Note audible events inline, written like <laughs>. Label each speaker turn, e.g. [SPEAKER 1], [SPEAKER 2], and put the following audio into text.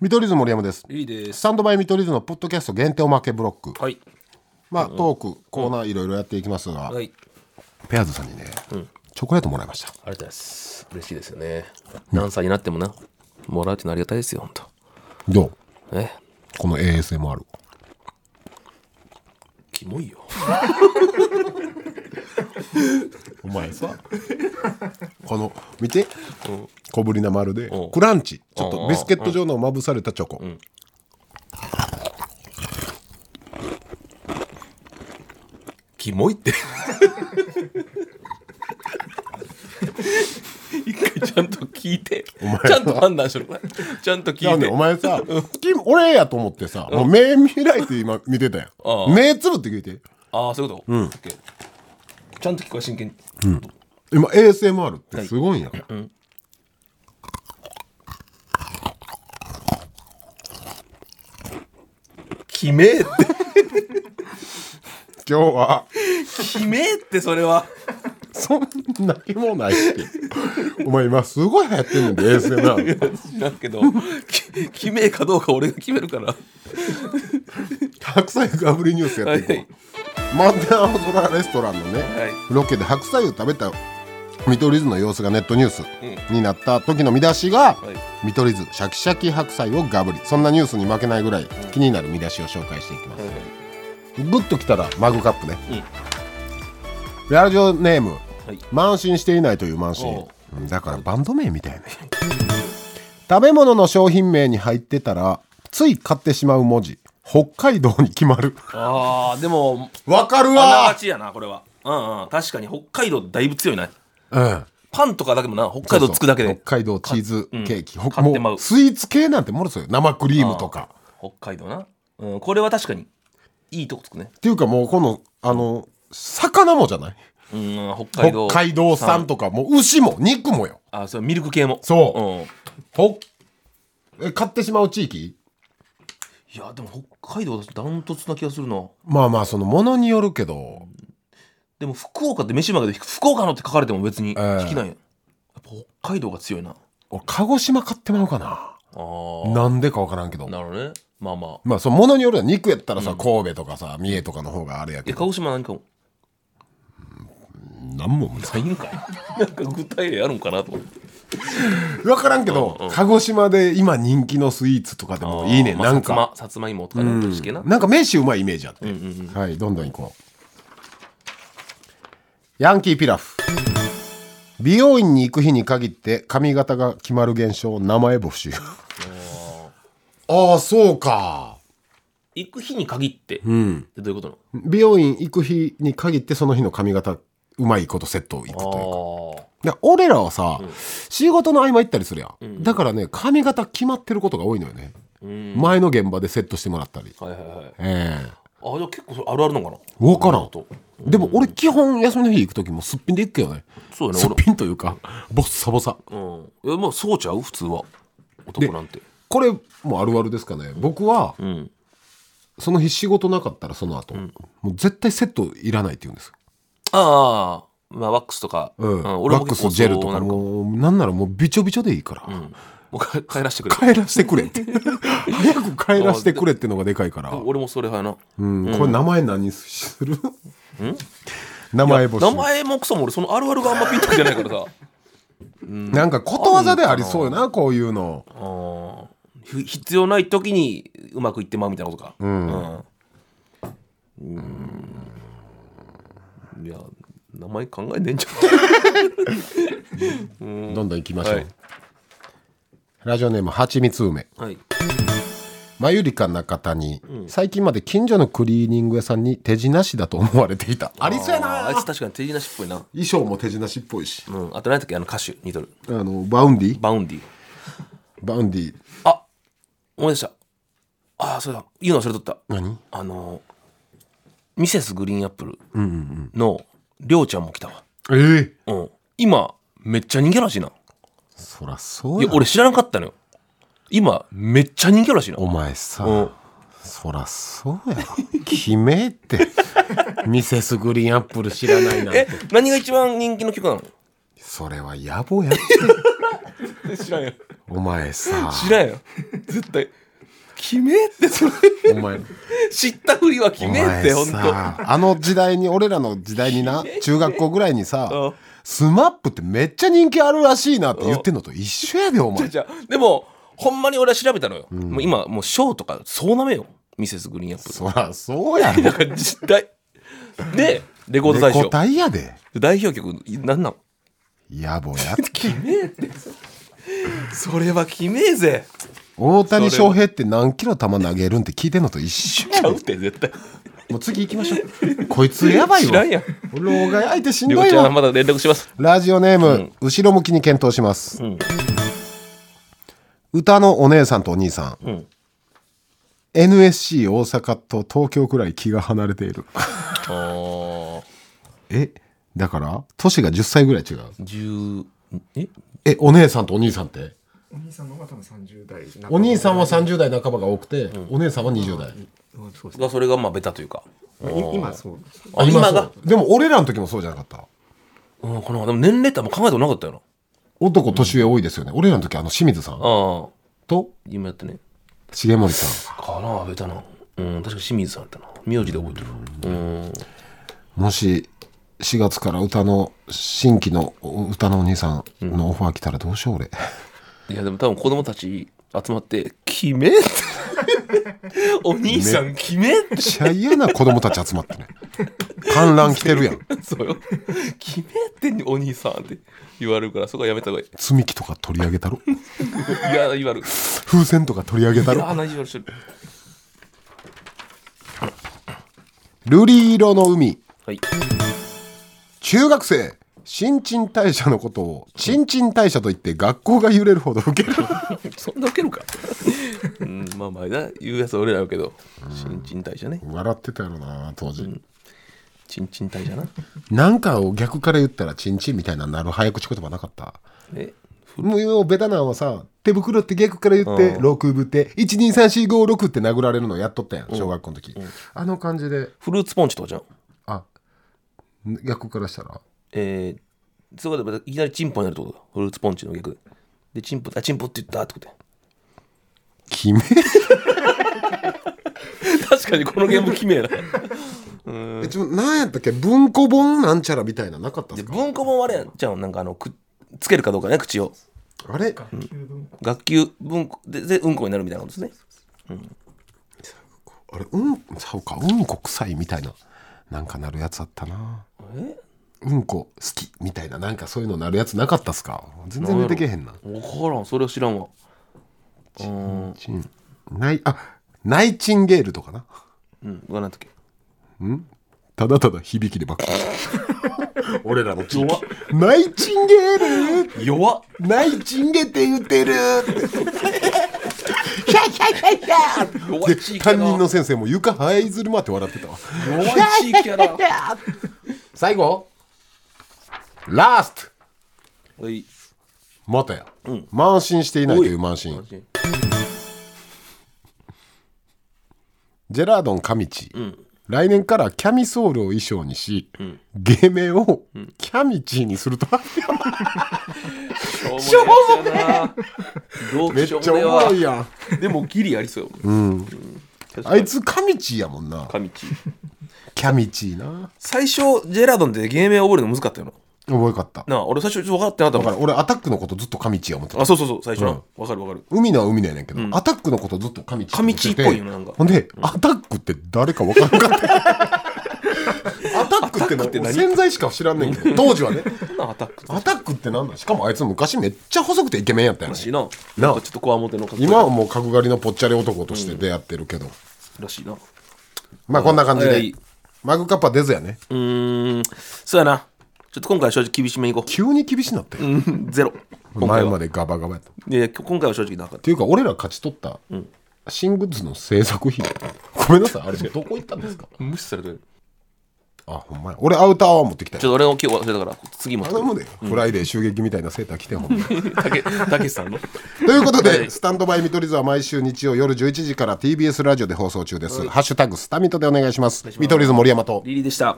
[SPEAKER 1] 見取り図森山です
[SPEAKER 2] いいです
[SPEAKER 1] スタンドバイ見取り図のポッドキャスト限定おまけブロック
[SPEAKER 2] はい
[SPEAKER 1] まあトークコーナーいろいろやっていきますが、
[SPEAKER 2] はい
[SPEAKER 1] ペアーズさんにね、チョコレートもらいました
[SPEAKER 2] ありがとうございます嬉しいですよね何歳になってもなもらうっていうのはありがたいですよ本
[SPEAKER 1] どう
[SPEAKER 2] 当え
[SPEAKER 1] この ASMR
[SPEAKER 2] キモいよ
[SPEAKER 1] お前さ <laughs> この見て小ぶりな丸で
[SPEAKER 2] うん
[SPEAKER 1] クランチちょっとビスケット状のまぶされたチョコ、
[SPEAKER 2] キモいって <laughs> 一回ちゃんと聞いてちゃんと判断しろちゃんと聞
[SPEAKER 1] ないん
[SPEAKER 2] て
[SPEAKER 1] でお前
[SPEAKER 2] <laughs>
[SPEAKER 1] さ君俺やと思ってさもう目見開いて今見てたや
[SPEAKER 2] あ
[SPEAKER 1] ん目つぶって聞いて
[SPEAKER 2] ああそういうこと、うん、ちゃんと聞こえ真剣に
[SPEAKER 1] 今 ASMR ってすごいんや、
[SPEAKER 2] キメえって
[SPEAKER 1] 今日は
[SPEAKER 2] キメえってそれは <laughs>
[SPEAKER 1] そんな気もないってお前今すごい流行ってんねんで ASMR
[SPEAKER 2] 知らんけどき <laughs> キメえかどうか俺が決めるから
[SPEAKER 1] 白菜かぶりニュースやっていこう、マンテン青空レストランのね、
[SPEAKER 2] はい
[SPEAKER 1] ロケで白菜を食べた見取り図の様子がネットニュースになった時の見出しが、
[SPEAKER 2] い
[SPEAKER 1] 見取り図シャキシャキ白菜をガブリそんなニュースに負けないぐらい気になる見出しを紹介していきます、グッときたらマグカップね、ラジオネーム、
[SPEAKER 2] はい
[SPEAKER 1] 慢心していないという慢心
[SPEAKER 2] お
[SPEAKER 1] うんだからバンド名みたいね食べ物の商品名に入ってたらつい買ってしまう文字北海道に決まる
[SPEAKER 2] あーでも
[SPEAKER 1] わかる
[SPEAKER 2] あながちやなこれはうんうん確かに北海道だいぶ強いな
[SPEAKER 1] うん
[SPEAKER 2] パンとかだけもな北海道つくだけ
[SPEAKER 1] そう
[SPEAKER 2] で
[SPEAKER 1] そう北海道チーズケーキ、
[SPEAKER 2] うん
[SPEAKER 1] ほ
[SPEAKER 2] 買ってまう
[SPEAKER 1] もうスイーツ系なんてもろそうよ生クリームとか
[SPEAKER 2] 北海道な、うん、これは確かにいいとこつくね
[SPEAKER 1] っていうかもうこのあの魚もじゃない
[SPEAKER 2] うん北
[SPEAKER 1] 北
[SPEAKER 2] 海道
[SPEAKER 1] 海道産とかもう牛も肉もよ
[SPEAKER 2] あそれミルク系も
[SPEAKER 1] そう
[SPEAKER 2] うん、
[SPEAKER 1] ほえ買ってしまう地域
[SPEAKER 2] いやでも北海道だとダントツな気がするな
[SPEAKER 1] まあまあそのものによるけど
[SPEAKER 2] でも福岡って飯まで福岡のって書かれても別に
[SPEAKER 1] ええ
[SPEAKER 2] 聞きないやん、やっぱ北海道が強いな
[SPEAKER 1] 俺鹿児島買ってまうかな
[SPEAKER 2] あー
[SPEAKER 1] なんでかわからんけど
[SPEAKER 2] なるほどねまあまあ
[SPEAKER 1] まあそのものによるやん肉やったらさ、神戸とかさ三重とかの方があれや
[SPEAKER 2] い
[SPEAKER 1] け
[SPEAKER 2] や
[SPEAKER 1] ど
[SPEAKER 2] 鹿児島何かも
[SPEAKER 1] <laughs> なんも無理
[SPEAKER 2] ないんかいなんか具体例あるんかなと思って
[SPEAKER 1] わからんけど、
[SPEAKER 2] うんうん
[SPEAKER 1] 鹿児島で今人気のスイーツとかでもいいね
[SPEAKER 2] あーまあ
[SPEAKER 1] なんか、
[SPEAKER 2] さつまさつまいもとかの時期な、
[SPEAKER 1] なんか飯うまいイメージあって、
[SPEAKER 2] うんうんうん
[SPEAKER 1] はいどんどん行こうヤンキーピラフ美容院に行く日に限って髪型が決まる現象名前募集ああそうか
[SPEAKER 2] 行く日に限って、って
[SPEAKER 1] うん
[SPEAKER 2] どういうこと
[SPEAKER 1] 美容院行く日に限ってその日の髪型うまいことセットを行くというかで
[SPEAKER 2] なのああ
[SPEAKER 1] 俺らはさ、仕事の合間行ったりするやん、
[SPEAKER 2] ん
[SPEAKER 1] だからね髪型決まってることが多いのよね、
[SPEAKER 2] うん
[SPEAKER 1] 前の現場でセットしてもらったり、
[SPEAKER 2] はいはいはい
[SPEAKER 1] ええ
[SPEAKER 2] あじゃあ結構それあるあるなのかな
[SPEAKER 1] わからん
[SPEAKER 2] と
[SPEAKER 1] でも俺基本休みの日行く時もすっぴんで行くけどね
[SPEAKER 2] そうやね
[SPEAKER 1] すっぴんというかボッサボサ
[SPEAKER 2] 俺うんいやまあそうちゃう普通は男なんて
[SPEAKER 1] これもあるあるですかね僕は
[SPEAKER 2] うん
[SPEAKER 1] その日仕事なかったらその後、もう絶対セットいらないって言うんですよ、
[SPEAKER 2] ああまあワックスとか、
[SPEAKER 1] うん
[SPEAKER 2] 俺
[SPEAKER 1] ワ
[SPEAKER 2] も
[SPEAKER 1] ック
[SPEAKER 2] 結
[SPEAKER 1] ス
[SPEAKER 2] 構
[SPEAKER 1] ジェルと
[SPEAKER 2] そうな
[SPEAKER 1] か
[SPEAKER 2] る
[SPEAKER 1] もうなんならもうびちょびちょでいいから、
[SPEAKER 2] うんもうか帰らせてくれ
[SPEAKER 1] 帰らしてくれって <laughs> 早く帰らしてくれってのがでかいから、
[SPEAKER 2] 俺もそれはな
[SPEAKER 1] うん、これ名前何する名前募
[SPEAKER 2] 名
[SPEAKER 1] 集
[SPEAKER 2] 前もクソも俺そのあるあるがあんまピンときてないからさ
[SPEAKER 1] なんかことわざでありそうよなこういうの
[SPEAKER 2] あーひ必要ない時にうまくいってまうみたいなことかうんうんいや名前考えねえんじゃん
[SPEAKER 1] どんどん行きましょう、
[SPEAKER 2] はい
[SPEAKER 1] ラジオネームはちみつ梅
[SPEAKER 2] はい
[SPEAKER 1] マユリカ中谷、最近まで近所のクリーニング屋さんに手品師だと思われていたありそうやな
[SPEAKER 2] あーあいつ確かに手品師っぽいな
[SPEAKER 1] 衣装も手品師っぽいし
[SPEAKER 2] うんあと何だっけあの歌手ニトル
[SPEAKER 1] あのバウンディ
[SPEAKER 2] バウンディ
[SPEAKER 1] バウンディ
[SPEAKER 2] あ思い出したああそうだ言うの忘れとった
[SPEAKER 1] 何
[SPEAKER 2] あのミセスグリーンアップルのりょうちゃんも来たわ
[SPEAKER 1] ええ
[SPEAKER 2] うん今めっちゃ人気らしいな
[SPEAKER 1] そらそう
[SPEAKER 2] い
[SPEAKER 1] や
[SPEAKER 2] や俺知らなかったのよ今めっちゃ人気らしいな
[SPEAKER 1] お前さ、
[SPEAKER 2] うん
[SPEAKER 1] そらそうや決めってミセスグリーンアップル知らないなん
[SPEAKER 2] え
[SPEAKER 1] て
[SPEAKER 2] 何が一番人気の曲なの
[SPEAKER 1] それは野暮やって
[SPEAKER 2] 知らんよ
[SPEAKER 1] お前さ
[SPEAKER 2] 知らんよ絶対「決め」ってそれ
[SPEAKER 1] お前
[SPEAKER 2] 知ったふりは決
[SPEAKER 1] お
[SPEAKER 2] めって
[SPEAKER 1] 前
[SPEAKER 2] ほんと
[SPEAKER 1] さあの時代に俺らの時代にな中学校ぐらいに
[SPEAKER 2] うん
[SPEAKER 1] さスマップってめっちゃ人気あるらしいなって言ってんのと一緒やでお
[SPEAKER 2] じゃ
[SPEAKER 1] 前
[SPEAKER 2] あじゃあでもほんまに俺は調べたのよ、もう今もうショーとかそうなめよミセスグリーンアップル
[SPEAKER 1] そらそうやろ
[SPEAKER 2] なんか実態でレコード大
[SPEAKER 1] 猫
[SPEAKER 2] 賞
[SPEAKER 1] 体やで
[SPEAKER 2] 代表曲なんなの
[SPEAKER 1] 野暮や
[SPEAKER 2] <laughs> 決めってそれは決めえぜ
[SPEAKER 1] 大谷翔平って何キロ球投げるんって聞いてんのと一緒や
[SPEAKER 2] ちゃ
[SPEAKER 1] で
[SPEAKER 2] うって絶対
[SPEAKER 1] もう次行きましょうこいつやばい
[SPEAKER 2] 知
[SPEAKER 1] わ
[SPEAKER 2] らんやん
[SPEAKER 1] 老害相手しん
[SPEAKER 2] りょ
[SPEAKER 1] ど
[SPEAKER 2] う
[SPEAKER 1] い
[SPEAKER 2] ちゃ
[SPEAKER 1] わ
[SPEAKER 2] んまだ連絡します
[SPEAKER 1] ラジオネーム、後ろ向きに検討します、
[SPEAKER 2] ん
[SPEAKER 1] 歌のお姉さんとお兄さん、
[SPEAKER 2] うん
[SPEAKER 1] NSC 大阪と東京くらい気が離れている
[SPEAKER 2] あ
[SPEAKER 1] えだから年が10歳ぐらい違う
[SPEAKER 2] 10え
[SPEAKER 1] えお姉さんとお兄さんって
[SPEAKER 3] お兄さんの方が多分30代半ば
[SPEAKER 1] お兄さんは30代半ばが多くて、お姉さんは20代、
[SPEAKER 3] うんそうですね
[SPEAKER 2] がそれがまあベタというか
[SPEAKER 3] い今そうです
[SPEAKER 2] あ今が
[SPEAKER 1] そうでも俺らの時もそうじゃなかった
[SPEAKER 2] うんこのでも年齢ってあんま考えたことなかったよな
[SPEAKER 1] 男年上多いですよね、俺らの時あの清水さん
[SPEAKER 2] ああ
[SPEAKER 1] と
[SPEAKER 2] 今やってね
[SPEAKER 1] 重森さ
[SPEAKER 2] かなベタなうん確か清水さんだったな名字で覚えてるうん
[SPEAKER 1] んもし4月から歌の新規の歌のお兄さんのオファー来たらどうしよう俺、
[SPEAKER 2] いやでも多分子供たち集まって「決め!」って <laughs> お兄さん決めって
[SPEAKER 1] めっちゃ嫌な子供たち集まってね観覧来てるやん
[SPEAKER 2] <laughs> そうよ決めってんお兄さんって言われるからそこはやめた方がいい
[SPEAKER 1] 積み木とか取り上げたろ
[SPEAKER 2] いや言われる
[SPEAKER 1] 風船とか取り上げた
[SPEAKER 2] い
[SPEAKER 1] ろ
[SPEAKER 2] や何言われてる
[SPEAKER 1] 瑠璃色の海
[SPEAKER 2] はい
[SPEAKER 1] 中学生新陳代謝のことを新陳代謝と言って学校が揺れるほど受ける
[SPEAKER 2] そんなウケるかうんまあまあな言うやつは俺らやけど新陳代謝ね
[SPEAKER 1] 笑ってたやろな当時、
[SPEAKER 2] 新陳代謝な
[SPEAKER 1] なんかを逆から言ったらチンチンみたいななる早口言葉なかった
[SPEAKER 2] え
[SPEAKER 1] もうベタなんはさ手袋って逆から言って6分手123456って殴られるのやっとったやん小学校の時、あの感じで
[SPEAKER 2] フルーツポンチとかじゃん
[SPEAKER 1] あ逆からしたら
[SPEAKER 2] えー、そこでまたいきなりチンポになるってことだフルーツポンチの逆ででチンポあチンポって言ったってことや <laughs>
[SPEAKER 1] 決め
[SPEAKER 2] 確かにこのゲーム決めやな
[SPEAKER 1] えちょなんやったっけ文庫本なんちゃらみたいななかったっ
[SPEAKER 2] です
[SPEAKER 1] か
[SPEAKER 2] 文庫本はあれやんじゃんなんかあのくつけるかどうかね口を
[SPEAKER 1] あれ
[SPEAKER 3] 学級文庫
[SPEAKER 2] 学級文庫ででうんこになるみたいなことですね
[SPEAKER 1] あれうんちゃうかうんこ臭いみたいななんかなるやつあったな
[SPEAKER 2] え
[SPEAKER 1] うんこ好きみたいななんかそういうのなるやつなかったっすか全然出てけへんな
[SPEAKER 2] 分からんそれは知らんわうーん
[SPEAKER 1] チンないあナイチンゲールとかな
[SPEAKER 2] うんうわなんだっけ
[SPEAKER 1] ただただ響きでばっかり <laughs> 俺らの地域ナイチンゲール
[SPEAKER 2] 弱っ
[SPEAKER 1] ナイチンゲって言ってる <laughs> シャシャシャシャ
[SPEAKER 2] 弱
[SPEAKER 1] で
[SPEAKER 2] い地域や
[SPEAKER 1] 担
[SPEAKER 2] な
[SPEAKER 1] 任の先生も床這いずるまって笑ってたわ
[SPEAKER 2] 弱い地域やな
[SPEAKER 1] 最後ラスト
[SPEAKER 2] <laughs> はい
[SPEAKER 1] またや、慢心していないという慢心ジェラードン上地、来年からキャミソールを衣装にし、芸名をキャミチーにすると発表、
[SPEAKER 2] しょうもねえなど
[SPEAKER 1] <laughs>
[SPEAKER 2] う
[SPEAKER 1] めっ
[SPEAKER 2] しょう
[SPEAKER 1] ちゃ
[SPEAKER 2] もねえ
[SPEAKER 1] おも
[SPEAKER 2] わ
[SPEAKER 1] ろいやん
[SPEAKER 2] でもギリありそうやもん
[SPEAKER 1] あいつ上地やもんな
[SPEAKER 2] 神地
[SPEAKER 1] キャミチーな
[SPEAKER 2] 最初ジェラードンって芸名覚えるの難かったよな
[SPEAKER 1] 覚えかった
[SPEAKER 2] なあ俺最初ちょっと分かってな
[SPEAKER 1] だ
[SPEAKER 2] かっ
[SPEAKER 1] か
[SPEAKER 2] たも
[SPEAKER 1] ら
[SPEAKER 2] ん
[SPEAKER 1] 俺アタックのことずっと上地や思ってた
[SPEAKER 2] あそうそうそう最初な、
[SPEAKER 1] うん
[SPEAKER 2] 分かる分かる
[SPEAKER 1] 海のは海のやねんけど、アタックのことずっと上地
[SPEAKER 2] 上地っぽいよななんか
[SPEAKER 1] ほんで、アタックって誰か分からん <laughs> かったアタックって
[SPEAKER 2] アタックって何
[SPEAKER 1] 潜在しか知らんねんけど当時はね
[SPEAKER 2] そんなんアタック
[SPEAKER 1] アタックってなんだしかもあいつ昔めっちゃ細くてイケメンやったやん
[SPEAKER 2] らしいな
[SPEAKER 1] な
[SPEAKER 2] なんかちょっとこわもての格好
[SPEAKER 1] 今はもう角刈りのぽっちゃり男として出会ってるけど、
[SPEAKER 2] らしいなう
[SPEAKER 1] まあこんな感じで、
[SPEAKER 2] はい
[SPEAKER 1] マグカップは出ずやね
[SPEAKER 2] ーんそうやなちょっと今回は正直厳しめにいこ
[SPEAKER 1] 急に厳しなって、
[SPEAKER 2] ううん <laughs> ゼロ今
[SPEAKER 1] 前
[SPEAKER 2] 回は
[SPEAKER 1] までガバガバやったっ
[SPEAKER 2] いやいや今回は正直なかって
[SPEAKER 1] いうか俺ら勝ち取った新グッズの制作費、ごめんなさいあれどこ行ったんですか
[SPEAKER 2] た無視されてる
[SPEAKER 1] あほんまや俺アウターは持ってきた
[SPEAKER 2] ちょ
[SPEAKER 1] よ
[SPEAKER 2] っと俺も今日忘れたから次も
[SPEAKER 1] 頼むで、フライデー襲撃みたいなセーター着てほんま
[SPEAKER 2] <laughs> たけたけしさんの
[SPEAKER 1] ということ
[SPEAKER 2] は
[SPEAKER 1] で、
[SPEAKER 2] い
[SPEAKER 1] スタンドバイ見取り図は毎週日曜夜11時から TBS ラジオで放送中です。ハッシュタグスタミトでお願いします。見取り図森山と。
[SPEAKER 2] リリーでした